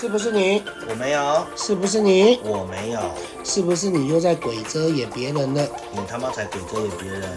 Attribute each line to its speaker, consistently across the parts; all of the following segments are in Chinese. Speaker 1: 是不是你？
Speaker 2: 我没有，
Speaker 1: 是不是你？
Speaker 2: 我没有，
Speaker 1: 是不是你又在鬼遮掩别人了？
Speaker 2: 你他妈才鬼遮眼别人！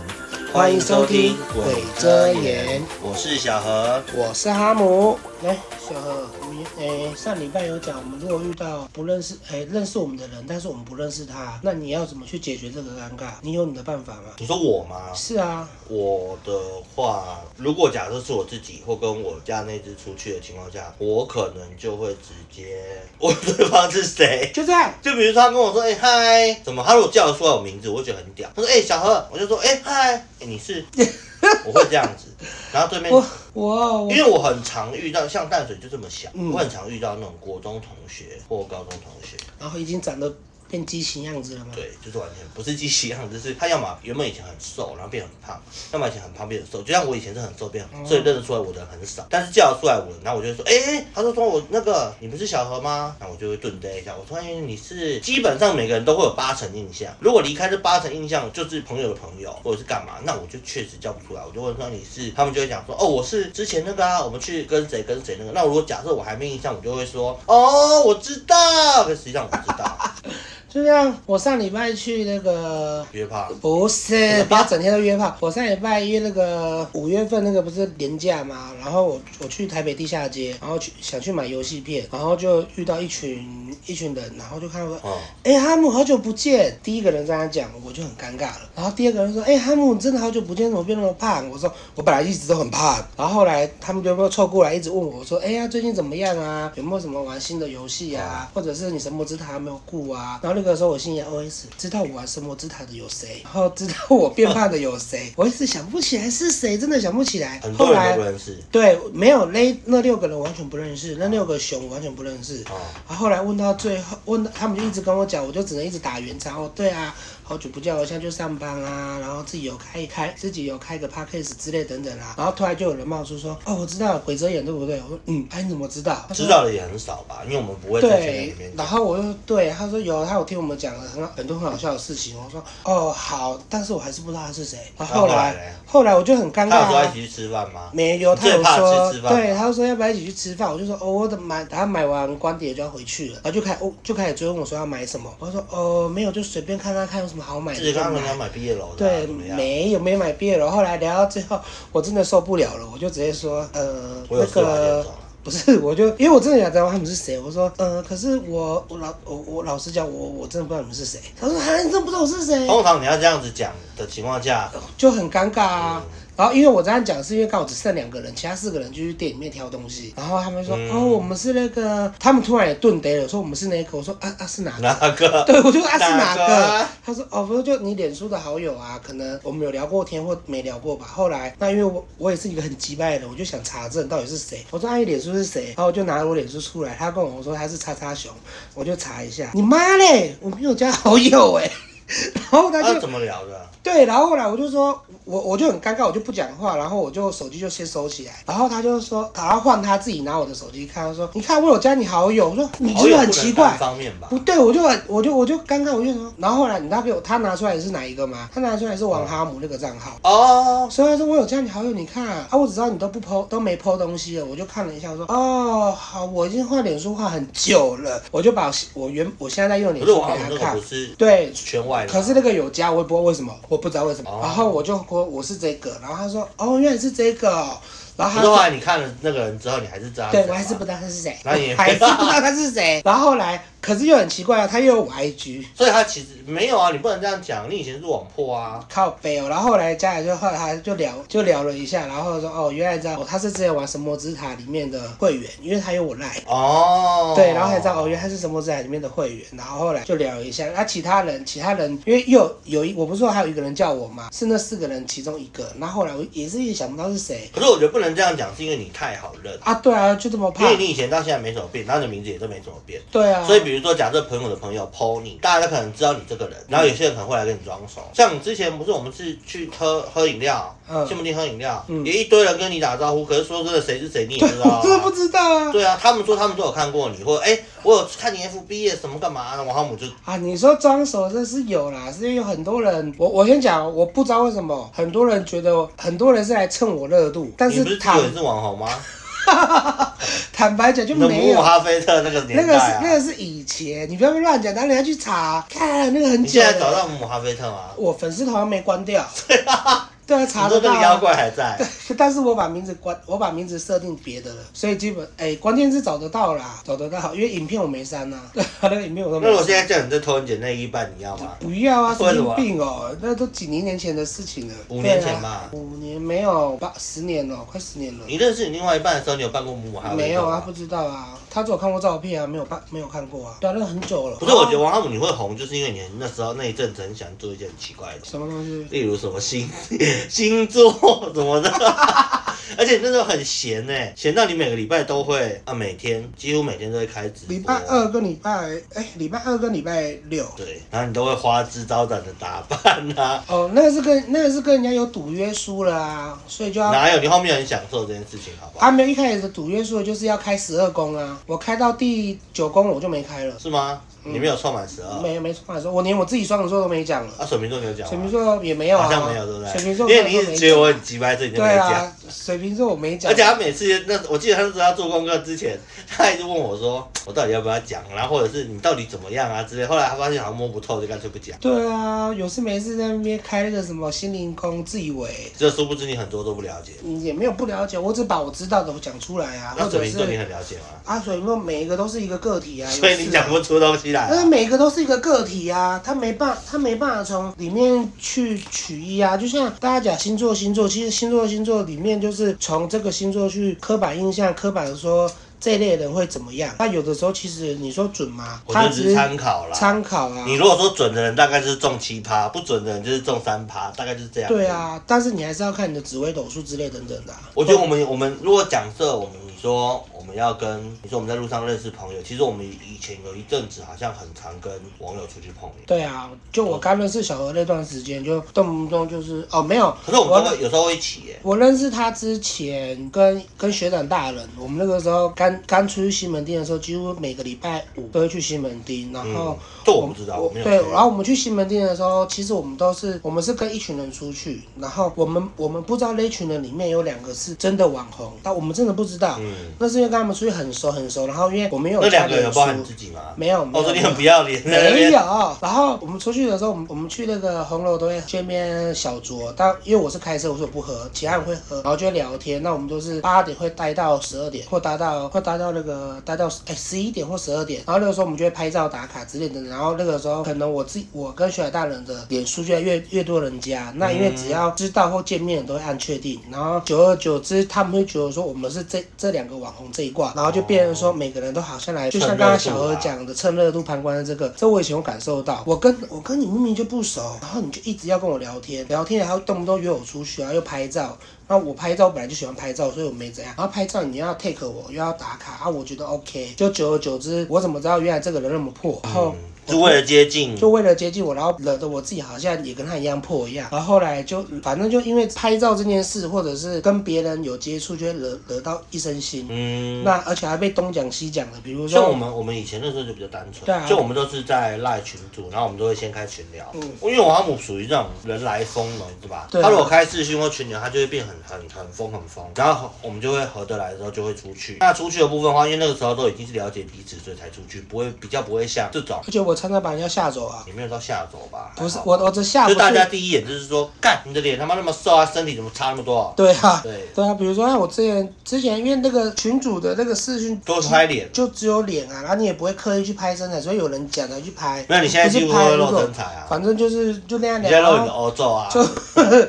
Speaker 1: 欢迎收听鬼遮眼，
Speaker 2: 我是小何。
Speaker 1: 我是哈姆。来，小何，你诶、上礼拜有讲，我们如果遇到不认识诶、认识我们的人，但是我们不认识他，那你要怎么去解决这个尴尬？你有你的办法吗？
Speaker 2: 你说我吗？
Speaker 1: 是啊，
Speaker 2: 我的话，如果假设是我自己或跟我家那只出去的情况下，我可能就会直接我对方是谁。
Speaker 1: 就这样。
Speaker 2: 就比如说他跟我说，哎、嗨，怎么？他如果叫得出来我名字，我会觉得很屌。他说，哎、小何，我就说，哎、嗨，哎、你是， 我会这样子。然后对面
Speaker 1: 我我我
Speaker 2: 因为我很常遇到，像淡水就这么小，
Speaker 1: 哦嗯
Speaker 2: 我很常遇到那种国中同学或高中同学，
Speaker 1: 然后已经长得变畸形样子了吗？
Speaker 2: 对，就是完全不是机器样，就是他要么原本以前很瘦，然后变很胖，要么以前很胖变很瘦，就像我以前是很瘦变很，所以认得出来我的人很少，但是叫得出来我的，然后我就会说，哎、他就说我那个你不是小何吗？然后我就会顿呆一下，我说，哎、你是基本上每个人都会有八成印象，如果离开这八成印象，就是朋友的朋友或者是干嘛，那我就确实叫不出来，我就问说你是，他们就会讲说，哦，我是之前那个啊，我们去跟谁跟谁那个，那如果假设我还没印象，我就会说，哦，我知道，可实际上我不知道，
Speaker 1: 就这样。我上礼拜去那个
Speaker 2: 约炮。
Speaker 1: 不是，不要整天都约炮。我上礼拜约那个五月份那个不是年假嘛，然后我我去台北地下街，然后去想去买游戏片，然后就遇到一群一群人，然后就看到说，
Speaker 2: 哦，
Speaker 1: 哎、哈姆好久不见。第一个人这样讲，我就很尴尬了。然后第二个人说，哎、哈姆你真的好久不见，怎么变那么胖？我说我本来一直都很胖。然后后来他们就会凑过来一直问我说，哎、呀最近怎么样啊？有没有什么玩新的游戏啊？
Speaker 2: 嗯
Speaker 1: 或者是你神魔之塔有没有顾啊？然后那个时候我心里 OS，知道我玩神魔之塔的有谁？然后知道我变胖的有 谁？我一直想不起来是谁，真的想不起来
Speaker 2: 很。
Speaker 1: 后
Speaker 2: 多人
Speaker 1: 来
Speaker 2: 都不认识。
Speaker 1: 对，没有那那六个人我完全不认识，那六个熊我完全不认识。
Speaker 2: 哦，
Speaker 1: 然啊后后来问到最后，问到他们就一直跟我讲，我就只能一直打圆场。哦，对啊，好久不见，我现在就上班啊，然后自己有开一开，自己有开个 podcast 之类等等啊。然后突然就有人冒出说，哦，我知道鬼遮眼对不对？我说，嗯，哎，你怎么知道？他说
Speaker 2: 知。道的也很少吧，因为我们不会在群
Speaker 1: 对
Speaker 2: 里面，
Speaker 1: 然
Speaker 2: 讲。
Speaker 1: 后我就对他说有，他有听我们讲了很很多很好笑的事情。我说哦好，但是我还是不知道他是谁。然后后
Speaker 2: 啊那后
Speaker 1: 来
Speaker 2: 来嘞
Speaker 1: 后来我就很尴尬、
Speaker 2: 他有说
Speaker 1: 啊
Speaker 2: 要一。起去吃饭吗？
Speaker 1: 没有，他
Speaker 2: 最
Speaker 1: 有
Speaker 2: 怕
Speaker 1: 说
Speaker 2: 吃吃，饭
Speaker 1: 对，
Speaker 2: 吧
Speaker 1: 他就说要不要一起去吃饭？我就说哦，我的买，他买完光碟就要回去了，然后就开哦就开始追问我说要买什么，我说哦没有，就随便看看看有什么好买
Speaker 2: 自
Speaker 1: 的
Speaker 2: 己
Speaker 1: 就
Speaker 2: 刚刚
Speaker 1: 买
Speaker 2: 要。买毕业楼的啊、
Speaker 1: 对，
Speaker 2: 怎么样？
Speaker 1: 没有没买毕业楼，后来聊到最后，我真的受不了了，我就直接说呃
Speaker 2: 我有
Speaker 1: 那
Speaker 2: 事我还得
Speaker 1: 个
Speaker 2: 走了。
Speaker 1: 不是，我就因为我真的想知道他们是谁，我说呃可是我我老我我老实讲，我我真的不知道你们是谁。他说啊你真的不知道我是谁？
Speaker 2: 通常你要这样子讲的情况下，
Speaker 1: 就很尴尬啊。然后因为我这样讲，是因为刚好只剩两个人，其他四个人就去店里面挑东西。然后他们说：“
Speaker 2: 嗯
Speaker 1: 哦，我们是那个。”他们突然也顿呆了，说：“我们是哪个？”我说：“啊啊，是哪 个？”
Speaker 2: 那个
Speaker 1: 对，我就说啊是哪
Speaker 2: 哪个
Speaker 1: 个
Speaker 2: 啊？
Speaker 1: 他说哦，不是就你脸书的好友啊，可能我们有聊过天或没聊过吧。后来那因为我我也是一个很急败的人，我就想查证到底是谁。我说阿姨脸书是谁？然后我就拿了我脸书出来，他跟我说他是叉叉熊，我就查一下。你妈嘞，我没有加好友哎、 然后他就
Speaker 2: 他怎么聊的？啊
Speaker 1: 对，然后后来我就说，我我就很尴尬，我就不讲话，然后我就手机就先收起来，然后他就说，然后换他自己拿我的手机看，他说，你看我有加你好友，我说你是
Speaker 2: 好
Speaker 1: 不是
Speaker 2: 友
Speaker 1: 很奇怪？
Speaker 2: 方面吧
Speaker 1: 不。对，我就很我就我就尴尬，我就说，然后后来你知道给我他拿出来的是哪一个吗？他拿出来是王哈姆那个账号。
Speaker 2: 哦，
Speaker 1: 所以他说我有加你好友，你看啊，啊我只知道你都不 PO 都没 PO 东西了，我就看了一下，我说哦好，我已经换脸书换很久了，我就把我原我现在在用
Speaker 2: 可
Speaker 1: 脸
Speaker 2: 是
Speaker 1: 书
Speaker 2: 我好
Speaker 1: 给
Speaker 2: 像
Speaker 1: 他
Speaker 2: 那
Speaker 1: 看
Speaker 2: 个不，是
Speaker 1: 对，
Speaker 2: 圈外的啊，
Speaker 1: 可是那个有加，我也不知道为什么，我不知道为什么。
Speaker 2: 哦
Speaker 1: 然后我就说我是这个，然后他说哦原来是这个、哦，然后他
Speaker 2: 可是后
Speaker 1: 说
Speaker 2: 来你看了那个人之后，你还是知道他
Speaker 1: 对
Speaker 2: 谁
Speaker 1: 我
Speaker 2: 吗
Speaker 1: 还是不知道他是谁，
Speaker 2: 那你
Speaker 1: 还是不知道他是谁。然后后来可是又很奇怪啊，他又有我 IG
Speaker 2: 所以他其实没有啊，你不能这样讲，你以前是网破啊。
Speaker 1: 靠背哦，然后后来家里就后来他就聊就聊了一下，然后说哦原来知道哦他是之前玩神魔之塔里面的会员，因为他有我赖。
Speaker 2: 哦，
Speaker 1: 对，然后才知道哦，原来他是什么仔里面的会员。然后后来就聊了一下，那、其他人，其他人因为又有一，我不是说还有一个人叫我嘛，是那四个人其中一个。那后来我也是一直想不到是谁
Speaker 2: 可是我觉得不能这样讲，是因为你太好认，
Speaker 1: 啊，对啊，就这么
Speaker 2: 因
Speaker 1: 胖
Speaker 2: 为，你以前到现在没怎么变，然后你的名字也都没怎么变。
Speaker 1: 对啊，
Speaker 2: 所以，比如说，假设朋友的朋友 PO 你，大家可能知道你这个人，然后有些人可能会来跟你装熟。像之前不是我们是去喝喝饮料，
Speaker 1: 嗯
Speaker 2: 西门町喝饮料，
Speaker 1: 嗯
Speaker 2: 也一堆人跟你打招呼，可是说真的，谁是谁你也不知道、
Speaker 1: 我 真的不
Speaker 2: 啊。
Speaker 1: 知道啊。
Speaker 2: 对啊，他们说他们都有看过你，或者哎、我有看你 FB 耶什么干嘛的，王浩姆就
Speaker 1: 啊，你说装熟这是有啦，是因为有很多人，我我先讲，我不知道为什么很多人觉得，很多人是来蹭我热度，但
Speaker 2: 你不
Speaker 1: 是
Speaker 2: 是
Speaker 1: 坦
Speaker 2: 有人是网红吗？
Speaker 1: 坦白讲就
Speaker 2: 那
Speaker 1: 没
Speaker 2: 姆姆
Speaker 1: 有。
Speaker 2: 哈菲特那个
Speaker 1: 那
Speaker 2: 年代
Speaker 1: 个是
Speaker 2: 啊，
Speaker 1: 那个是以前，你不要乱讲，然后你要去查，看那个很
Speaker 2: 你
Speaker 1: 久
Speaker 2: 现在找
Speaker 1: 了。
Speaker 2: 到姆姆哈菲特吗？
Speaker 1: 我粉丝团还没关 掉。对啊，查
Speaker 2: 你
Speaker 1: 得
Speaker 2: 说
Speaker 1: 到啊、
Speaker 2: 那个妖怪还在，
Speaker 1: 但是我把名字关，我把名字设定别的了，所以基本哎、关键是找得到啦，找得到，因为影片我没删呐、对， 那个影片我都没
Speaker 2: 那
Speaker 1: 删。
Speaker 2: 我现在叫你再偷你姐内衣办，你要吗？
Speaker 1: 不要啊，
Speaker 2: 为
Speaker 1: 神
Speaker 2: 什
Speaker 1: 经
Speaker 2: 么
Speaker 1: 病哦，那都几年前的事情了，
Speaker 2: 五
Speaker 1: 对啊
Speaker 2: 年前吧
Speaker 1: 五年没有八十年了，快十年了。
Speaker 2: 你认识你另外一半的时候，你有办过姆姆哈菲特吗
Speaker 1: 没有啊，不知道啊，他只有看过照片啊，没有看没有看过啊，对啊，那个很久了。
Speaker 2: 不是，我觉得王阿姆你会红，就是因为你那时候那一阵子很喜欢做一件很奇怪的事，
Speaker 1: 什么东西？
Speaker 2: 例如什么星 星座什么的， 而且那时候很闲呢、闲到你每个礼拜都会啊，每天几乎每天都会开直播。
Speaker 1: 礼拜二跟礼拜哎，礼拜二跟礼拜六。
Speaker 2: 对，然后你都会花枝招展的打扮啊，
Speaker 1: 哦，那个是跟那个是跟人家有赌约束了啊，所以就要
Speaker 2: 哪有？你后面很享受这件事情，好不好？
Speaker 1: 啊，没有一开始的赌约束就是要开十二宫啊，我开到第九宫我就没开了，
Speaker 2: 是吗？你没有凑满十二，
Speaker 1: 嗯没没双子座，我连我自己双子座都没讲了，
Speaker 2: 啊，水瓶座你有讲
Speaker 1: 水瓶
Speaker 2: 吗？
Speaker 1: 座也没有啊，
Speaker 2: 好像没有，对不对？
Speaker 1: 水瓶座
Speaker 2: 因为 你一
Speaker 1: 根本
Speaker 2: 直
Speaker 1: 就
Speaker 2: 觉得
Speaker 1: 没
Speaker 2: 我很鸡掰，所以你就没
Speaker 1: 对
Speaker 2: 讲。
Speaker 1: 啊，水瓶座我没讲，
Speaker 2: 而且他每次那，我记得他那时候要做功课之前， 他一直问我说，我到底要不要讲，然后或者是你到底怎么样啊之类。后来他发现好像摸不透，就干脆不讲。
Speaker 1: 对啊，有事没事在那边开那个什么心灵宫，自以为
Speaker 2: 这殊不知你很多都不了解。
Speaker 1: 你也没有不了解，我只把我知道的讲出来啊，
Speaker 2: 那
Speaker 1: 或
Speaker 2: 水
Speaker 1: 者
Speaker 2: 瓶座你
Speaker 1: 是
Speaker 2: 很了解吗？
Speaker 1: 啊，水瓶座每一个都是一个个体啊，有呃
Speaker 2: 所以你
Speaker 1: 事啊
Speaker 2: 讲不出东西来
Speaker 1: 但是
Speaker 2: 啊。
Speaker 1: 每个都是一个个体啊，他没办他没办法从里面去取一啊。就像大家讲星座星座，其实星座星座里面就是从这个星座去刻板印象，刻板说这类人会怎么样。那有的时候其实你说准吗？
Speaker 2: 我
Speaker 1: 他
Speaker 2: 就
Speaker 1: 只
Speaker 2: 只是
Speaker 1: 是
Speaker 2: 参考啦。
Speaker 1: 参考啊
Speaker 2: 你。如果说准的人大概就是中七趴，不准的人就是中三趴，大概就是这样。
Speaker 1: 对。啊，但是你还是要看你的紫微斗数之类等等的啊、
Speaker 2: 我觉得我们我们如果假设我们你说我们要跟你说我们在路上认识朋友，其实我们以前有一阵子好像很常跟网友出去碰面，
Speaker 1: 对啊，就我刚认识小何那段时间，就动不动就是哦没有，
Speaker 2: 可是我们都会有时候会一起耶。
Speaker 1: 我认识他之前跟，跟学长大人，我们那个时候刚刚出去西门町的时候，几乎每个礼拜五都会去西门町，然后
Speaker 2: 嗯。，这我不知道，我没有
Speaker 1: 对，
Speaker 2: 去
Speaker 1: 然后我们去西门町的时候，其实我们都是我们是跟一群人出去，然后我们我们不知道那一群人里面有两个是真的网红，但我们真的不知道，
Speaker 2: 嗯，
Speaker 1: 那是因为跟他们出去很熟很熟，然后因为我们有
Speaker 2: 那
Speaker 1: 加
Speaker 2: 两个
Speaker 1: 脸
Speaker 2: 人有
Speaker 1: 书
Speaker 2: 包含你自己吗？
Speaker 1: 没有，没
Speaker 2: 我
Speaker 1: 有
Speaker 2: 说你很不要脸，在那
Speaker 1: 没有
Speaker 2: 边。，
Speaker 1: 然后我们出去的时候，我们我们去那个红楼都会见面小酌，但因为我是开车，我说我不喝，其他人会喝，然后就会聊天。那我们都是八点会待到十二点，或待到或待到那个待到哎十一点或十二点，然后那个时候我们就会拍照打卡之类的。然后那个时候可能我自己我跟学海大人的脸书就越越越多人加，那因为只要知道或见面都会按确定，然后久而久之他们会觉得说我们是这这两个网红这一挂，然后就变成说每个人都好像来，就像刚刚小何讲。讲的趁热度旁观的这个，这我以前有感受到。我跟我跟你明明就不熟，然后你就一直要跟我聊天，聊天还要动不动约我出去，然啊后又拍照。那我拍照本来就喜欢拍照，所以我没怎样。然后拍照你要 take 我，又要打卡啊，我觉得 OK。就久而久之，我怎么知道原来这个人那么破？然后
Speaker 2: 嗯，是为了接近，
Speaker 1: 就为了接近我，然后惹得我自己好像也跟他一样破一样。然后后来就反正就因为拍照这件事，或者是跟别人有接触，就会惹惹到一身腥。
Speaker 2: 嗯，
Speaker 1: 那而且还被东讲西讲的，比如
Speaker 2: 像我
Speaker 1: 说
Speaker 2: 们我们以前那时候就比较单纯，
Speaker 1: 对啊
Speaker 2: 就我们都是在赖群组，然后我们都会先开群聊，
Speaker 1: 嗯
Speaker 2: 因为我阿姆属于那种人来疯嘛，对吧？
Speaker 1: 对啊
Speaker 2: 他如果开视讯或群聊，他就会变很很很疯很疯，然后我们就会合得来的时候就会出去。那出去的部分的话，因为那个时候都已经是了解彼此，所以才出去，不会比较不会像这种，
Speaker 1: 而且我常常把人家吓走啊。
Speaker 2: 也没有到下走吧？
Speaker 1: 不是
Speaker 2: 还好
Speaker 1: 我，我这下不
Speaker 2: 就是大家第一眼就是说，干你的脸他妈那么瘦啊，身体怎么差那么多？
Speaker 1: 对啊，
Speaker 2: 对，
Speaker 1: 对啊，比如说像我之前之前因为那个群主的那个视讯
Speaker 2: 多拍脸。
Speaker 1: 就只有脸啊，然后你也不会刻意去拍身材，所以有人讲才去拍。
Speaker 2: 没有，你现在
Speaker 1: 不是
Speaker 2: 几乎
Speaker 1: 拍
Speaker 2: 都会
Speaker 1: 那
Speaker 2: 露
Speaker 1: 种
Speaker 2: 身材啊，
Speaker 1: 反正就是就那样
Speaker 2: 你在
Speaker 1: 聊。
Speaker 2: 露你
Speaker 1: 然
Speaker 2: 的
Speaker 1: 后
Speaker 2: 欧洲啊，
Speaker 1: 就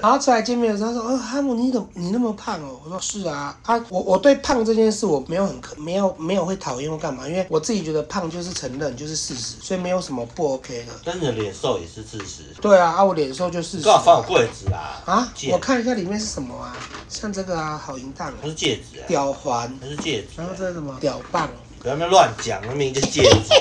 Speaker 1: 然后出 来见面的时候，他说：“哦，哈姆，你怎么你那么胖哦？”我说：“是啊，啊，我我对胖这件事我没有很刻没有没有会讨厌或干嘛，因为我自己觉得胖就是承认就是事实，所以没有什么不 OK 的。
Speaker 2: 但是你的脸瘦也是事实。
Speaker 1: 对啊，啊，我脸瘦就是事实
Speaker 2: 刚好放我
Speaker 1: 啊。
Speaker 2: 柜子啦。
Speaker 1: 啊
Speaker 2: 戒
Speaker 1: 我看一下里面是什么啊，像这个啊，好淫荡、哦。”
Speaker 2: 那是戒指啊，
Speaker 1: 吊环，
Speaker 2: 那是戒指
Speaker 1: 然
Speaker 2: 啊
Speaker 1: 后，这是什么？吊棒，
Speaker 2: 不要在那边乱讲，那明明就是戒指。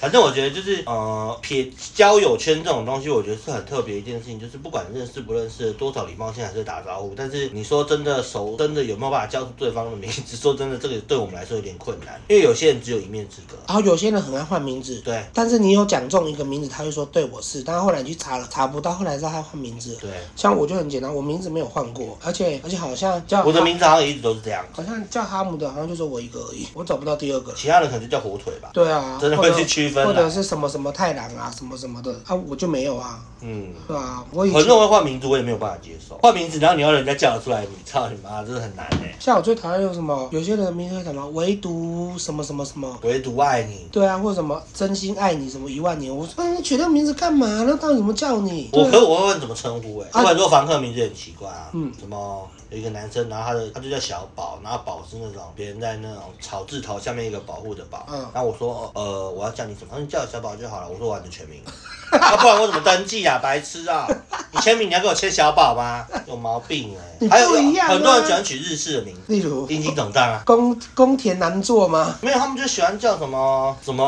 Speaker 2: 还反正我觉得就是呃，撇交友圈这种东西，我觉得是很特别一件事情，就是不管认识不认识，多少礼貌性还是打招呼。但是你说真的熟，真的有没有办法叫出对方的名字？ 说真的，这个对我们来说有点困难，因为有些人只有一面之隔。
Speaker 1: 然后有些人很爱换名字，
Speaker 2: 对
Speaker 1: 但是你有讲中一个名字，他会说对我是，但是后来你去查了查不到，后来知道他换名字了。
Speaker 2: 对，
Speaker 1: 像我就很简单，我名字没有换过，而且而且好像叫
Speaker 2: 我的
Speaker 1: 哈
Speaker 2: 名字好像一直都是这样，
Speaker 1: 好像叫哈姆的，好像就是我一个而已，我找不到第二个了。
Speaker 2: 其他人可能就叫火腿吧。
Speaker 1: 对啊，
Speaker 2: 真的
Speaker 1: 或
Speaker 2: 会
Speaker 1: 者
Speaker 2: 去区分啦
Speaker 1: 或者是什么什么太郎啊，什么什么的啊，我就没有啊，
Speaker 2: 嗯。
Speaker 1: 对啊，我以
Speaker 2: 很
Speaker 1: 前
Speaker 2: 多人会换名字，我也没有办法接受。换名字，然后你要人家叫得出来，你操你妈，真的很难哎、
Speaker 1: 像我最讨厌有什么，有些人的名字会什么唯独什么什么什么，
Speaker 2: 唯独爱你，
Speaker 1: 对啊，或什么真心爱你什么一万年，我说、哎、你取那个名字干嘛？那到底怎么叫你？
Speaker 2: 我
Speaker 1: 对啊
Speaker 2: 可我会问怎么称呼哎、欸，
Speaker 1: 啊
Speaker 2: 不然做房客名字也很奇怪啊，
Speaker 1: 嗯
Speaker 2: 什么有一个男生，然后他的他就叫小宝，然后宝是那种别人在那种草字头下面一个保护的宝，
Speaker 1: 嗯
Speaker 2: 然后我说呃我要叫你什么，他说你叫我小宝就好了，我说我要你的全名， 啊不然我怎么登记啊，白痴啊，你签名你要给我签小宝吗？有毛病哎、
Speaker 1: 你
Speaker 2: 还有
Speaker 1: 不一样啊
Speaker 2: 很多人喜欢取日式的名字，
Speaker 1: 例如
Speaker 2: 叮叮总当啊。
Speaker 1: 宫宫田难做吗？
Speaker 2: 没有，他们就喜欢叫什么什么，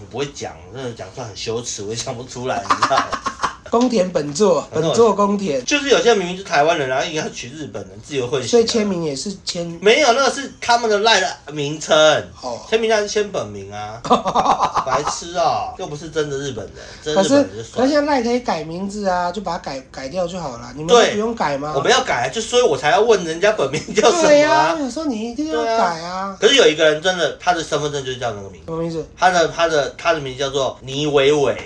Speaker 2: 我不会讲，真的讲出来很羞耻，我也讲不出来，你知道吗？
Speaker 1: 宫田本座，
Speaker 2: 本
Speaker 1: 本
Speaker 2: 座
Speaker 1: 座宫田，
Speaker 2: 就是有些明明是台湾人，然后应该取日本人自由混血，
Speaker 1: 所以签名也是签
Speaker 2: 没有，那个是他们的赖的名称，
Speaker 1: 哦。
Speaker 2: 签名当然是签本 名啊，白痴啊、又不是真的日本人，真的
Speaker 1: 可
Speaker 2: 日
Speaker 1: 是
Speaker 2: 本人就
Speaker 1: 可
Speaker 2: 算
Speaker 1: 是
Speaker 2: 了。
Speaker 1: 现在赖可以改名字啊，就把它改改掉就好了。你们
Speaker 2: 对
Speaker 1: 都不用改吗
Speaker 2: 我？们要改，啊就所以我才要问人家本名叫什
Speaker 1: 对
Speaker 2: 么、
Speaker 1: 呀、
Speaker 2: 啊。
Speaker 1: 有时候你一定要
Speaker 2: 对啊
Speaker 1: 改啊。
Speaker 2: 可是有一个人真的，他的身份证就是叫那个名字
Speaker 1: 什，么意思？
Speaker 2: 他的他的他的名字叫做倪伟伟，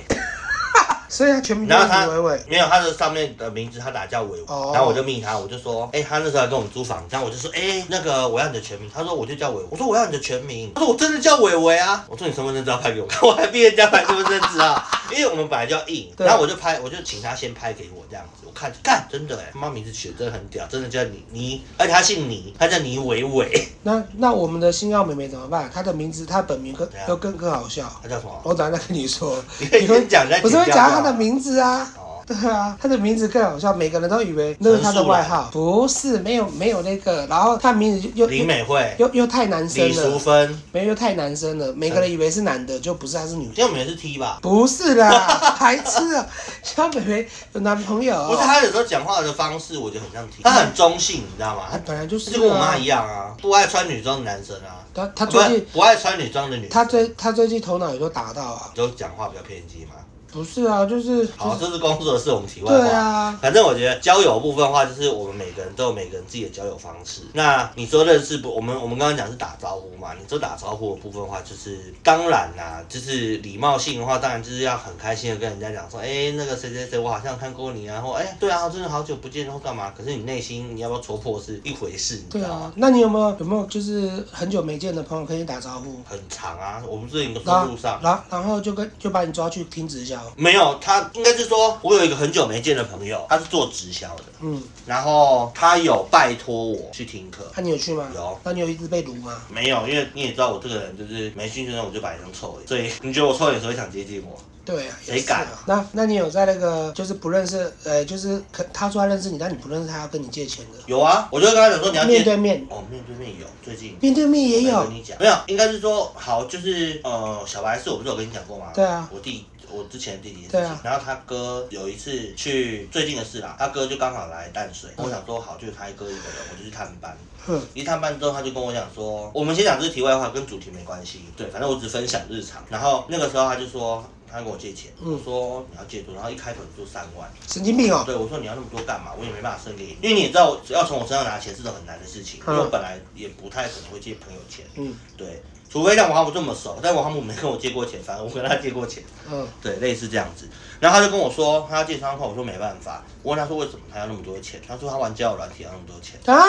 Speaker 1: 所以他全名叫
Speaker 2: 然后他
Speaker 1: 李伟伟。
Speaker 2: 没有他的上面的名字，他打叫伟伟，
Speaker 1: 哦
Speaker 2: 然后我就密他，我就说，哎、他那时候来跟我们租房，然后我就说，哎、那个我要你的全名，他说我就叫伟，我说我要你的全名，他说我真的叫伟伟啊，我说你身份证资料拍给我看，我还逼人家拍身份证资料， 因为我们本来就要印，
Speaker 1: 对
Speaker 2: 然后我就拍，我就请他先拍给我这样子，我看，干，真的哎、他妈名字取得真的很屌，真的叫你你，而且他姓倪，他叫倪伟伟，
Speaker 1: 那那我们的星耀妹妹怎么办？她的名字，她本名更
Speaker 2: 对啊
Speaker 1: 都更更好笑。
Speaker 2: 他叫什么？
Speaker 1: 我等下再跟你说，
Speaker 2: 你可以先讲再
Speaker 1: 我哦是
Speaker 2: 剪
Speaker 1: 会
Speaker 2: 掉
Speaker 1: 讲
Speaker 2: 就好
Speaker 1: 她的名字啊。
Speaker 2: 哦，
Speaker 1: 对啊，她的名字更好笑，每个人都以为那是她的外号，不是，没有没有那个，然后她名字又
Speaker 2: 林
Speaker 1: 又
Speaker 2: 美惠、
Speaker 1: 又又太男生
Speaker 2: 李淑
Speaker 1: 了，
Speaker 2: 芬，
Speaker 1: 没有又太男生了，每个人以为是男的，就不是，她是女的。
Speaker 2: 这个名字是 T 吧？
Speaker 1: 不是啦，白痴啊！ 小美美有男朋友、
Speaker 2: 不是他有时候讲话的方式，我觉得很像 T，他很中性，你知道吗？
Speaker 1: 她本来就
Speaker 2: 他
Speaker 1: 是、啊、
Speaker 2: 就跟我妈一样啊，不爱穿女装的男生啊，
Speaker 1: 她她
Speaker 2: 不
Speaker 1: 最
Speaker 2: 是
Speaker 1: 近
Speaker 2: 不爱穿女装的女生，
Speaker 1: 她最她最近头脑也都打到啊，
Speaker 2: 就讲话比较偏激嘛。
Speaker 1: 不是啊，就是
Speaker 2: 好，这是工作的事，我们题外
Speaker 1: 对
Speaker 2: 话。
Speaker 1: 啊，
Speaker 2: 反正我觉得交友部分的话，就是我们每个人都有每个人自己的交友方式。那你说认识不？我们我们刚刚讲是打招呼嘛？你说打招呼的部分的话，就是当然啦，就是礼貌性的话，当然就是要很开心的跟人家讲说，哎、那个谁谁谁，我好像看过你啊，或哎、对啊，真的好久不见，或干嘛？可是你内心你要不要戳破是一回事，你知
Speaker 1: 对
Speaker 2: 道吗
Speaker 1: 啊？，那你有没有有没有就是很久没见的朋友跟你打招呼，
Speaker 2: 很长啊，我们最近都
Speaker 1: 然
Speaker 2: 在
Speaker 1: 后
Speaker 2: 路上。
Speaker 1: 然后然后就跟就把你抓去听直销，
Speaker 2: 没有，他应该是说，我有一个很久没见的朋友，他是做直销的，
Speaker 1: 嗯，啊
Speaker 2: 然后他有拜托我去听课，
Speaker 1: 那、你有去吗？
Speaker 2: 有。
Speaker 1: 那你有一直被撸吗？
Speaker 2: 没有，因为你也知道我这个人就是没兴趣的时候我就摆一张臭脸，所以你觉得我臭脸谁会想接近我？
Speaker 1: 对啊，
Speaker 2: 谁敢
Speaker 1: 也是啊？那那你有在那个就是不认识，呃，就是可他说他认识你，但你不认识他，要跟你借钱的，
Speaker 2: 有啊，我就会跟他讲说你要接
Speaker 1: 面对面，
Speaker 2: 哦，面对面有，最近
Speaker 1: 面对面也
Speaker 2: 我
Speaker 1: 有
Speaker 2: 跟，你讲，没有，应该是说好，就是呃，小白是我不是有跟你讲过吗？
Speaker 1: 对啊
Speaker 2: 我弟。我之前的弟弟的事
Speaker 1: 对
Speaker 2: 情，
Speaker 1: 啊
Speaker 2: 然后他哥有一次去最近的事啦，他哥就刚好来淡水，我想说好，就是他哥一个人，我就去探班。
Speaker 1: 哼，
Speaker 2: 一探班之后，他就跟我讲说，我们先讲这个题外话，跟主题没关系。对，反正我只分享日常。然后那个时候他就说，他跟我借钱，
Speaker 1: 嗯
Speaker 2: 我说你要借多少，然后一开口就说三万。
Speaker 1: 神经病哦、
Speaker 2: 对，我说你要那么多干嘛？我也没办法生给你，因为你也知道，我要从我身上拿钱是种很难的事情，因
Speaker 1: 嗯
Speaker 2: 为我本来也不太可能会借朋友钱。
Speaker 1: 嗯
Speaker 2: 对，除非像王哈姆这么熟，但王哈姆没跟我借过钱，反正我跟他借过钱。
Speaker 1: 嗯，
Speaker 2: 对，类似这样子。然后他就跟我说，他要借三万块，我说没办法。我问他说为什么他要那么多钱，他说他玩交友软体要那么多钱。
Speaker 1: 啊，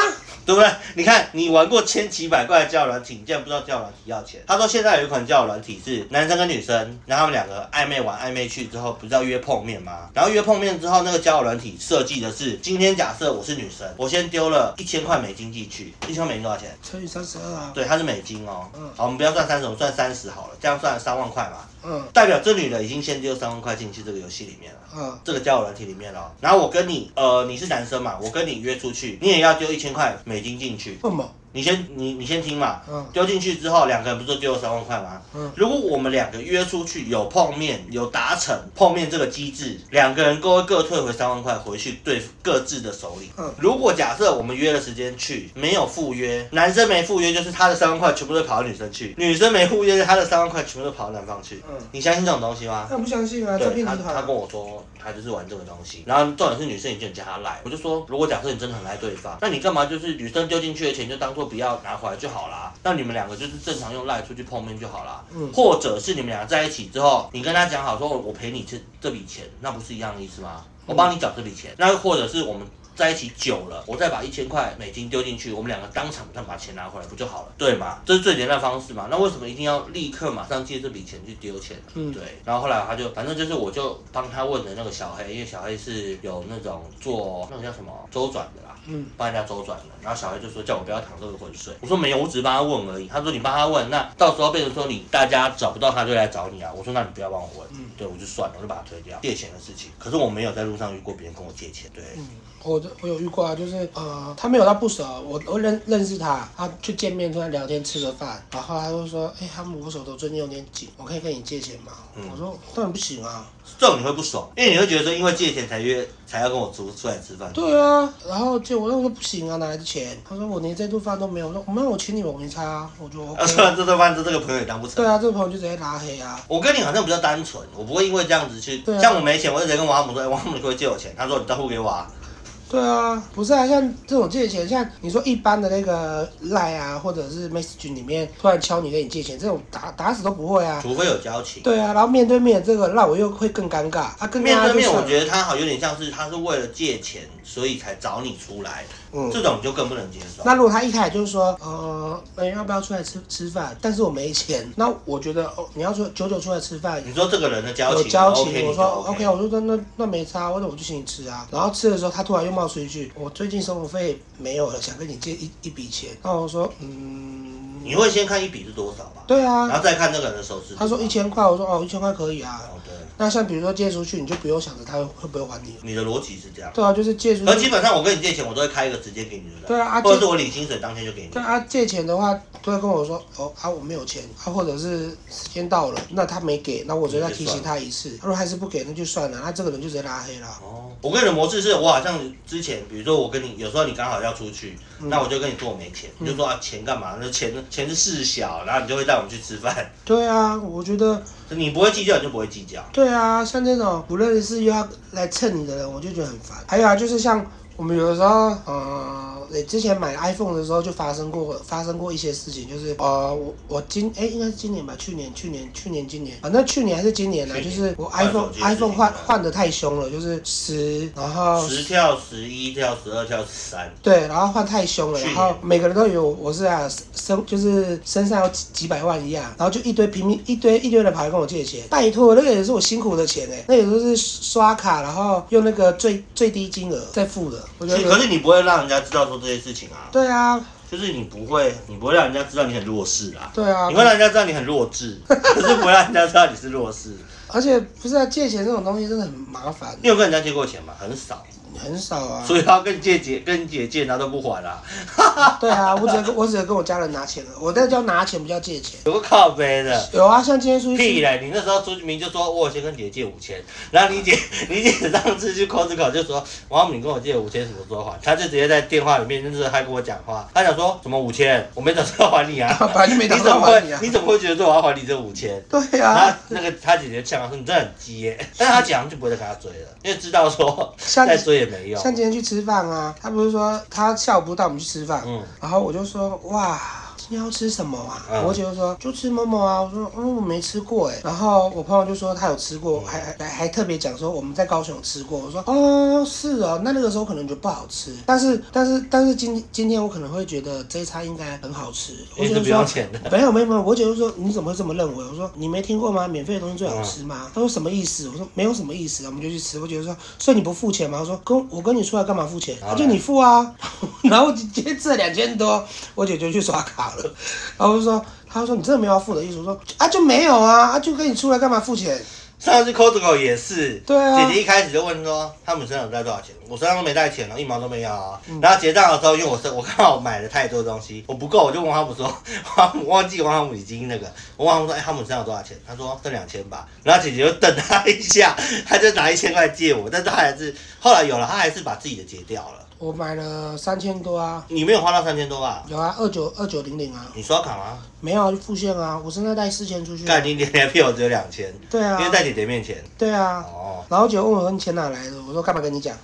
Speaker 2: 对不对？你看，你玩过千几百块的交友软体，你竟然不知道交友软体要钱。他说现在有一款交友软体是男生跟女生，然后他们两个暧昧玩暧昧去之后，不是要约碰面吗？然后约碰面之后，那个交友软体设计的是，今天假设我是女生，我先丢了一千块美金进去，一千块美金多少钱？
Speaker 1: 乘以三十二啊，
Speaker 2: 对，它是美金哦
Speaker 1: 嗯。
Speaker 2: 好，我们不要算三十，我们算三十好了，这样算三万块嘛，
Speaker 1: 嗯
Speaker 2: 代表这女的已经先丢三万块进去这个游戏里面了。
Speaker 1: 嗯，
Speaker 2: 这个交友软体里面了，然后我跟你，呃，你是男生嘛，我跟你约出去，你也要丢一千块美金进去，
Speaker 1: 为什么？
Speaker 2: 你先你你先听嘛，
Speaker 1: 嗯
Speaker 2: 丢进去之后两个人不是丢了三万块吗？
Speaker 1: 嗯
Speaker 2: 如果我们两个约出去有碰面有达成碰面这个机制，两个人各会各退回三万块回去对各自的手里。
Speaker 1: 嗯
Speaker 2: 如果假设我们约了时间去没有赴约，男生没赴约就是他的三万块全部都跑到女生去，女生没赴约就是他的三万块全部都跑到男方去。
Speaker 1: 嗯
Speaker 2: 你相信这种东西吗？
Speaker 1: 他不相信啊，诈
Speaker 2: 对
Speaker 1: 骗
Speaker 2: 他，
Speaker 1: 集团
Speaker 2: 他
Speaker 1: 啊
Speaker 2: 跟。我说他就是玩这个东西，然后重点是女生已经有加他赖，我就说如果假设你真的很爱对方，那你干嘛就是女生丢进去的钱就当做不要拿回来就好啦，那你们两个就是正常用赖出去碰面就好啦，
Speaker 1: 嗯
Speaker 2: 或者是你们俩在一起之后，你跟他讲好说我我赔你这这笔钱，那不是一样的意思吗？我帮你找这笔钱，那或者是我们。在一起久了，我再把一千块美金丢进去，我们两个当场再把钱拿回来不就好了，对吗？这是最简单的方式嘛。那为什么一定要立刻马上借这笔钱去丢钱？
Speaker 1: 嗯
Speaker 2: 对。然后后来他就，反正就是我就帮他问的那个小黑，因为小黑是有那种做那个叫什么周转的啦，
Speaker 1: 嗯，
Speaker 2: 帮人家周转的。然后小黑就说叫我不要淌这个浑水，我说没有，我只是帮他问而已。他说你帮他问，那到时候变成说你大家找不到他就来找你啊。我说那你不要帮我问，
Speaker 1: 嗯
Speaker 2: 对我就算了，我就把他推掉借钱的事情。可是我没有在路上遇过别人跟我借钱，对。
Speaker 1: 我的我有遇过啊，就是呃，他没有到不熟，我我认认识他，他去见面突然聊天吃个饭，然后他就说，哎、他们我手头最近有点紧，我可以跟你借钱吗？
Speaker 2: 嗯
Speaker 1: 我说当然不行啊，
Speaker 2: 这种你会不爽，因为你会觉得说，因为借钱才约，才要跟我出出来吃饭。
Speaker 1: 对 啊，然后就我那时候不行啊，哪来的钱？他说我连这顿饭都没有，我说那我请你，我没差、啊，我就
Speaker 2: 啊，
Speaker 1: OK
Speaker 2: 虽
Speaker 1: 啊。
Speaker 2: 然这顿饭这这个朋友也当不成
Speaker 1: 对。啊，这个朋友就直接拉黑啊。
Speaker 2: 我跟你好像比较单纯，我不会因为这样子去
Speaker 1: 对。啊
Speaker 2: 像我没钱，我就直接跟王阿姆说：“哎，王阿姆，你可不可以借我钱？”他说：“你账户给我啊。
Speaker 1: 对啊，不是啊，像这种借钱，像你说一般的那个赖啊，或者是 message 里面突然敲你跟你借钱，这种打打死都不会”啊。
Speaker 2: 除非有交 情。
Speaker 1: 对啊，然后面对面这个，那我又会更尴尬啊，更
Speaker 2: 面
Speaker 1: 尴尬
Speaker 2: 对
Speaker 1: 就
Speaker 2: 面，我
Speaker 1: 是
Speaker 2: 觉得他好有点像是他是为了借钱，所以才找你出来，
Speaker 1: 嗯。
Speaker 2: 这种你就更不能接受。
Speaker 1: 那如果他一开始就是说，呃，哎要不要出来吃吃饭？但是我没钱，那我觉得哦，你要说九九出来吃饭，
Speaker 2: 你说这个人的交
Speaker 1: 有
Speaker 2: 情
Speaker 1: 交情，
Speaker 2: ，OK，
Speaker 1: 我
Speaker 2: 你就
Speaker 1: 说
Speaker 2: OK。
Speaker 1: 我说那那那没差，或者我就请你吃啊。然后吃的时候，他突然又冒出一句，我最近生活费没有了，想跟你借一一笔钱。然后我说，嗯，
Speaker 2: 你会先看一笔是多少吧，
Speaker 1: 对
Speaker 2: 然
Speaker 1: 啊。
Speaker 2: 后再看那个人的手势。
Speaker 1: 他说一。千块，我说哦，一千块可以啊。
Speaker 2: 哦，对，
Speaker 1: 那像比如说借出去，你就不用想着他会会不会还你了。
Speaker 2: 你的逻辑是这样。
Speaker 1: 对啊，就是借出
Speaker 2: 可基
Speaker 1: 去。
Speaker 2: 本上我跟你借钱，我都会开一个直接给你的，
Speaker 1: 对啊啊
Speaker 2: 或者是
Speaker 1: 借啊
Speaker 2: 我领薪水当天就给你。
Speaker 1: 但他借钱的话，都会跟我说哦啊我没有钱啊，或者是时间到了，那他没给，那我就再提醒他一次。他说还是不给，那就算了，那这个人就直接拉黑了。啊
Speaker 2: 哦，我跟你的模式是我好像之前，比如说我跟你，有时候你刚好要出去，
Speaker 1: 嗯
Speaker 2: 那我就跟你说我没钱，你就说啊钱干嘛？那钱钱是事小，然后你就会带我们去吃饭，
Speaker 1: 对啊，我觉得
Speaker 2: 你不会计较你就不会计较。
Speaker 1: 对啊，像这种不认识又要来蹭你的人，我就觉得很烦。还有啊，就是像我们有的时候，呃，诶之前买 iPhone 的时候就发生过发生过一些事情，就是呃，我我今哎、应该是今年吧，去年去年去年今年，反正去年还是今年呢、
Speaker 2: 去
Speaker 1: 就
Speaker 2: 年
Speaker 1: 是我
Speaker 2: 换
Speaker 1: iPhone
Speaker 2: 手机的事情
Speaker 1: iPhone 换
Speaker 2: 啊
Speaker 1: 换的太凶了，就是十，然后
Speaker 2: 十跳十一跳十二跳十三，
Speaker 1: 对，然后换太凶了，
Speaker 2: 去
Speaker 1: 然
Speaker 2: 年
Speaker 1: 后每个人都以为我是啊身就是身上有几几百万一样，然后就一堆平民一堆一堆人跑来跟我借钱，拜托，那个也是我辛苦的钱哎、那也都是刷卡，然后用那个最最低金额再付的，我觉
Speaker 2: 是可
Speaker 1: 得。
Speaker 2: 是你不会让人家知道说这些事情啊，
Speaker 1: 对啊，
Speaker 2: 就是你不会，你不会让人家知道你很弱势啊，
Speaker 1: 对啊
Speaker 2: 你，会让人家知道你很弱智，可是不会让人家知道你是弱势。
Speaker 1: 而且不是啊，借钱这种东西真的很麻烦，
Speaker 2: 你有跟人家借过钱吗？很少，
Speaker 1: 很少啊。
Speaker 2: 所以他跟姐姐跟姐借，他都不还啊。
Speaker 1: 对啊，我只能跟我只能跟我家人拿钱了，我那叫拿钱，不叫借钱。
Speaker 2: 有个靠背的。
Speaker 1: 有啊，像今天出去吃
Speaker 2: 屁嘞！你那时候出名就说，我有先跟姐借五千，然后你姐 你姐上次去 Costco 就说，王母你跟我借五千，什么时候还？他就直接在电话里面就是还跟我讲话，他想说什么五千，我没打算还你啊，
Speaker 1: 本来就没打
Speaker 2: 你怎
Speaker 1: 算
Speaker 2: 么
Speaker 1: 还你
Speaker 2: 会
Speaker 1: 啊
Speaker 2: 你怎么会觉得说我要还你这五千？
Speaker 1: 对
Speaker 2: 然后
Speaker 1: 啊，
Speaker 2: 那个他姐姐呛他说你真的很鸡耶，但是他讲就不会再跟他追了，因为知道说
Speaker 1: 像
Speaker 2: 再追也没用。
Speaker 1: 像今天去吃饭啊，他不是说他下午不带我们去吃饭，
Speaker 2: 嗯
Speaker 1: 然后我就说哇。今天要吃什么啊？
Speaker 2: 嗯
Speaker 1: 我姐就说就吃某某啊。我说嗯，我没吃过哎。然后我朋友就说他有吃
Speaker 2: 嗯
Speaker 1: 过，还还还特别讲说我们在高雄有吃过。我说哦是哦，那那个时候可能觉得不好吃，但是但是但是今今天我可能会觉得这一餐应该很好吃。我姐
Speaker 2: 因为是
Speaker 1: 就
Speaker 2: 不用
Speaker 1: 说
Speaker 2: 钱的，
Speaker 1: 没有没有没有，我姐就说你怎么会这么认为？我说你没听过吗？免费的东西最好吃
Speaker 2: 啊
Speaker 1: 吗？她说什么意思？我说没有什么意思，我们就去吃。我姐就说所以你不付钱吗？我说跟我跟你出来干嘛付钱？
Speaker 2: 然
Speaker 1: 她
Speaker 2: 后
Speaker 1: 就
Speaker 2: 呢
Speaker 1: 你付啊。 然后我姐姐吃了两千多，我姐就去刷卡了。然后我就说，她说你真的没有要付的意思？我说啊就没有啊，啊就跟你出来干嘛付钱？
Speaker 2: 上次 Costco 也是，
Speaker 1: 对啊
Speaker 2: 姐姐一开始就问说他们身上有带多少钱，我身上都没带钱了，一毛都没有啊。
Speaker 1: 嗯
Speaker 2: 然后结账的时候，因为我身我 刚好买了太多东西，我不够，我就问哈姆说，哈姆忘记问哈姆已经那个，我问哈姆说，哎、哈姆身上有多少钱？他说剩两千吧。然后姐姐就瞪他一下，他就拿一千块借我，但是他还是后来有了，他还是把自己的结掉了。
Speaker 1: 我买了三千多啊，
Speaker 2: 你没有花到三千多吧？
Speaker 1: 有啊，二九二九零零啊，
Speaker 2: 你刷卡吗？
Speaker 1: 没有啊，就付现啊，我现在带四千出去啊。
Speaker 2: 干你脸屁，我只有两千，
Speaker 1: 对啊
Speaker 2: 因，为在姐姐面前。
Speaker 1: 对啊。
Speaker 2: 哦，
Speaker 1: 然后姐问我说你钱哪来的，我说干嘛跟你讲？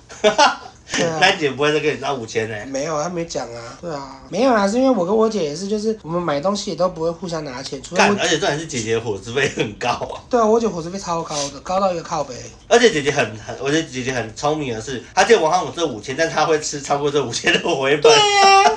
Speaker 1: 对啊
Speaker 2: 那姐不会再给你拿五千呢？
Speaker 1: 没有，他没讲啊。对啊，没有啦，是因为我跟我姐也是，就是我们买东西也都不会互相拿钱，除非
Speaker 2: 干，
Speaker 1: 我
Speaker 2: 而且重点是姐姐的伙食费很高啊，
Speaker 1: 对啊，我姐伙食费超高的，高到一个靠背。
Speaker 2: 而且姐姐很很，我觉得姐姐很聪明的是，她借王汉武这五千，但她会吃超过这五千的回本
Speaker 1: 对，啊，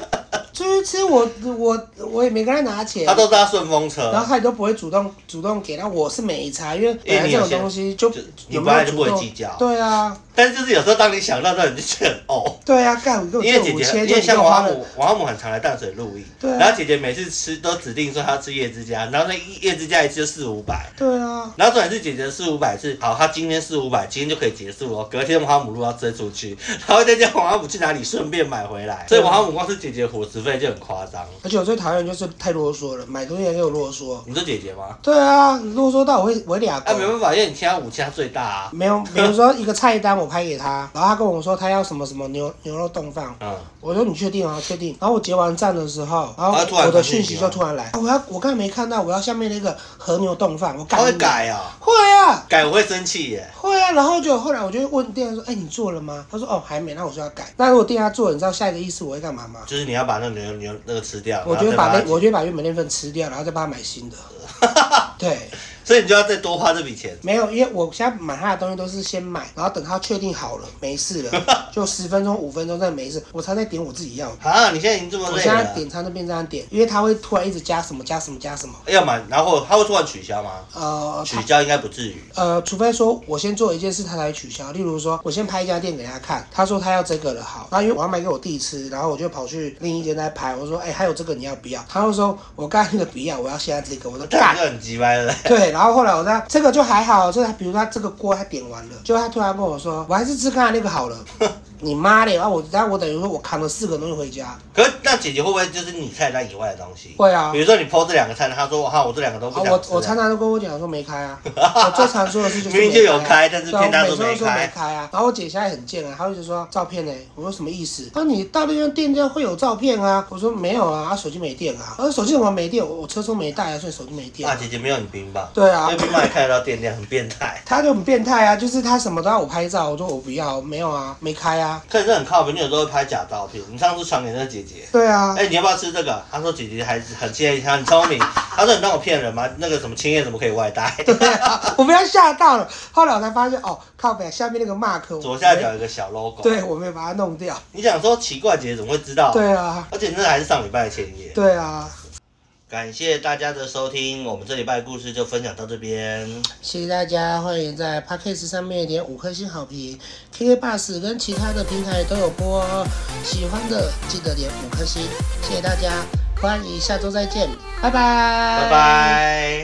Speaker 1: 就是其实我我我也没跟她拿钱
Speaker 2: 她，都呃搭顺风
Speaker 1: 然后
Speaker 2: 车，
Speaker 1: 她也都不会主动主动给，那我是没差，因为本来这种东西就
Speaker 2: 就你
Speaker 1: 有
Speaker 2: 本
Speaker 1: 没
Speaker 2: 来
Speaker 1: 有
Speaker 2: 就
Speaker 1: 主
Speaker 2: 不会
Speaker 1: 动
Speaker 2: 计较，
Speaker 1: 对啊，
Speaker 2: 但是就是有时候当你想到之后，你就觉得哦。
Speaker 1: 对啊，干我给我
Speaker 2: 因为姐
Speaker 1: 借五
Speaker 2: 姐，
Speaker 1: 千，
Speaker 2: 因
Speaker 1: 就你给
Speaker 2: 为像
Speaker 1: 我花了
Speaker 2: 王汉武，王汉武很常来淡水露营，
Speaker 1: 对啊
Speaker 2: 然后姐姐每次吃都指定说她要吃叶之家，然后那一叶之家一次就四五百，
Speaker 1: 对啊，
Speaker 2: 然后重点是姐姐的四五百是好，她今天四五百，今天就可以结束哦。隔天王哈姆路要追出去， 然后再叫王哈姆去哪里顺便买回来，所以
Speaker 1: 啊
Speaker 2: 王哈姆光是姐姐的伙食费就很夸张。
Speaker 1: 而且我最讨厌就是太啰嗦了，买东西也给我啰嗦。
Speaker 2: 你说姐姐吗？
Speaker 1: 对啊，你啰嗦到我会我会俩
Speaker 2: 哎、
Speaker 1: 狗。
Speaker 2: 没办法，因为你现在五千最大啊。
Speaker 1: 没有，比如说一个菜单我拍给 他，然后他跟我说他要什么什么牛牛肉冻饭，
Speaker 2: 嗯，
Speaker 1: 我说你确定啊？确定。然后我结完账的时候，然后
Speaker 2: 啊突然
Speaker 1: 我的
Speaker 2: 传讯
Speaker 1: 讯息
Speaker 2: 息吗
Speaker 1: 就突然来，啊我要我刚才没看到，我要下面那个和牛冻饭，我
Speaker 2: 他
Speaker 1: 改
Speaker 2: 会，改啊、
Speaker 1: 会啊。
Speaker 2: 改我会生气耶。
Speaker 1: 会啊，然后就后来我就问店员说：“哎、你做了吗？”他说：“哦，还没。”那我说要改。那如果店家做了，你知道下一个意思我会干嘛吗？
Speaker 2: 就是你要把那个牛牛那个吃掉，
Speaker 1: 我
Speaker 2: 然
Speaker 1: 就
Speaker 2: 后啊再
Speaker 1: 会把
Speaker 2: 它
Speaker 1: 那我就会把原本那份吃掉，然后再帮他买新 的。对，
Speaker 2: 所以你就要再多花这笔钱。
Speaker 1: 没有，因为我现在买他的东西都是先买，然后等他确定好了没事了，就十分钟、五分钟再没事，我才再点我自己要的。
Speaker 2: 啊，你现在已经这么
Speaker 1: 我
Speaker 2: 累
Speaker 1: 现在
Speaker 2: 了，
Speaker 1: 点餐都变这样点，因为他会突然一直加什么加什么加什么，
Speaker 2: 要么然后他会突然取消吗？
Speaker 1: 呃，
Speaker 2: 取消应该不至于。
Speaker 1: 呃，除非说我先做一件事，他才会取消。例如说，我先拍一家店给他看，他说他要这个了，好，那因为我要买给我弟吃，然后我就跑去另一间在拍，我说，哎、还有这个你要不要？他就说，我刚才那个不要，我要现在这个，我说
Speaker 2: 这样
Speaker 1: 干
Speaker 2: 就。很鸡掰了。
Speaker 1: 对，然后后来我在这个就还好，这个比如他这个锅他点完了，就他突然跟我说，我还是吃刚才那个好了。你妈嘞！啊，我然后我等于说我扛了四个东西回家，
Speaker 2: 可是那姐姐会不会就是你菜单以外的东西？
Speaker 1: 会啊。
Speaker 2: 比如说你剖这两个菜单，他说哈我这两个都
Speaker 1: 啊，
Speaker 2: 不想吃、
Speaker 1: 我我常常都跟我姐说没开啊，我最常说的事就是
Speaker 2: 明明就有
Speaker 1: 开啊，
Speaker 2: 开但是
Speaker 1: 对啊
Speaker 2: 偏他
Speaker 1: 我
Speaker 2: 说
Speaker 1: 每次
Speaker 2: 没
Speaker 1: 都说
Speaker 2: 开
Speaker 1: 没开啊。然后我姐现在很贱啊，她就一直说照片呢、我说什么意思？她说你到那边店家会有照片啊，我说没有啊，啊手机没电啊，我说手机怎么没电？我我车充没带啊，所以手机没电
Speaker 2: 啊，。姐姐没有你冰棒，
Speaker 1: 对啊
Speaker 2: 因为，冰棒也看得到电量，很变态。
Speaker 1: 她就很变态啊，就是她什么都要我拍照，我说我不要，没有啊，没开啊，
Speaker 2: 可是很靠谱，你有时候会拍假照片。你上次传给那个姐姐，
Speaker 1: 对啊
Speaker 2: 哎、，你要不要吃这个？她说姐姐还是很谢她很聪明。她说你当我骗人吗？那个什么青叶怎么可以外带？
Speaker 1: 对啊，我被她吓到了。后来我才发现哦，靠北下面那个 mark 我哎
Speaker 2: 左下角有个小 logo。
Speaker 1: 对我没有把它弄掉。
Speaker 2: 你想说奇怪，姐姐怎么会知道？
Speaker 1: 对啊，
Speaker 2: 而且那还是上礼拜的前夜。
Speaker 1: 对啊，
Speaker 2: 感谢大家的收听，我们这礼拜的故事就分享到这边。
Speaker 1: 谢谢大家，欢迎在 p a c k a g e 上面点五颗星好评，KK Bus 跟其他的平台都有播哦。喜欢的记得点五颗星，谢谢大家，欢迎下周再见，拜拜，
Speaker 2: 拜。拜。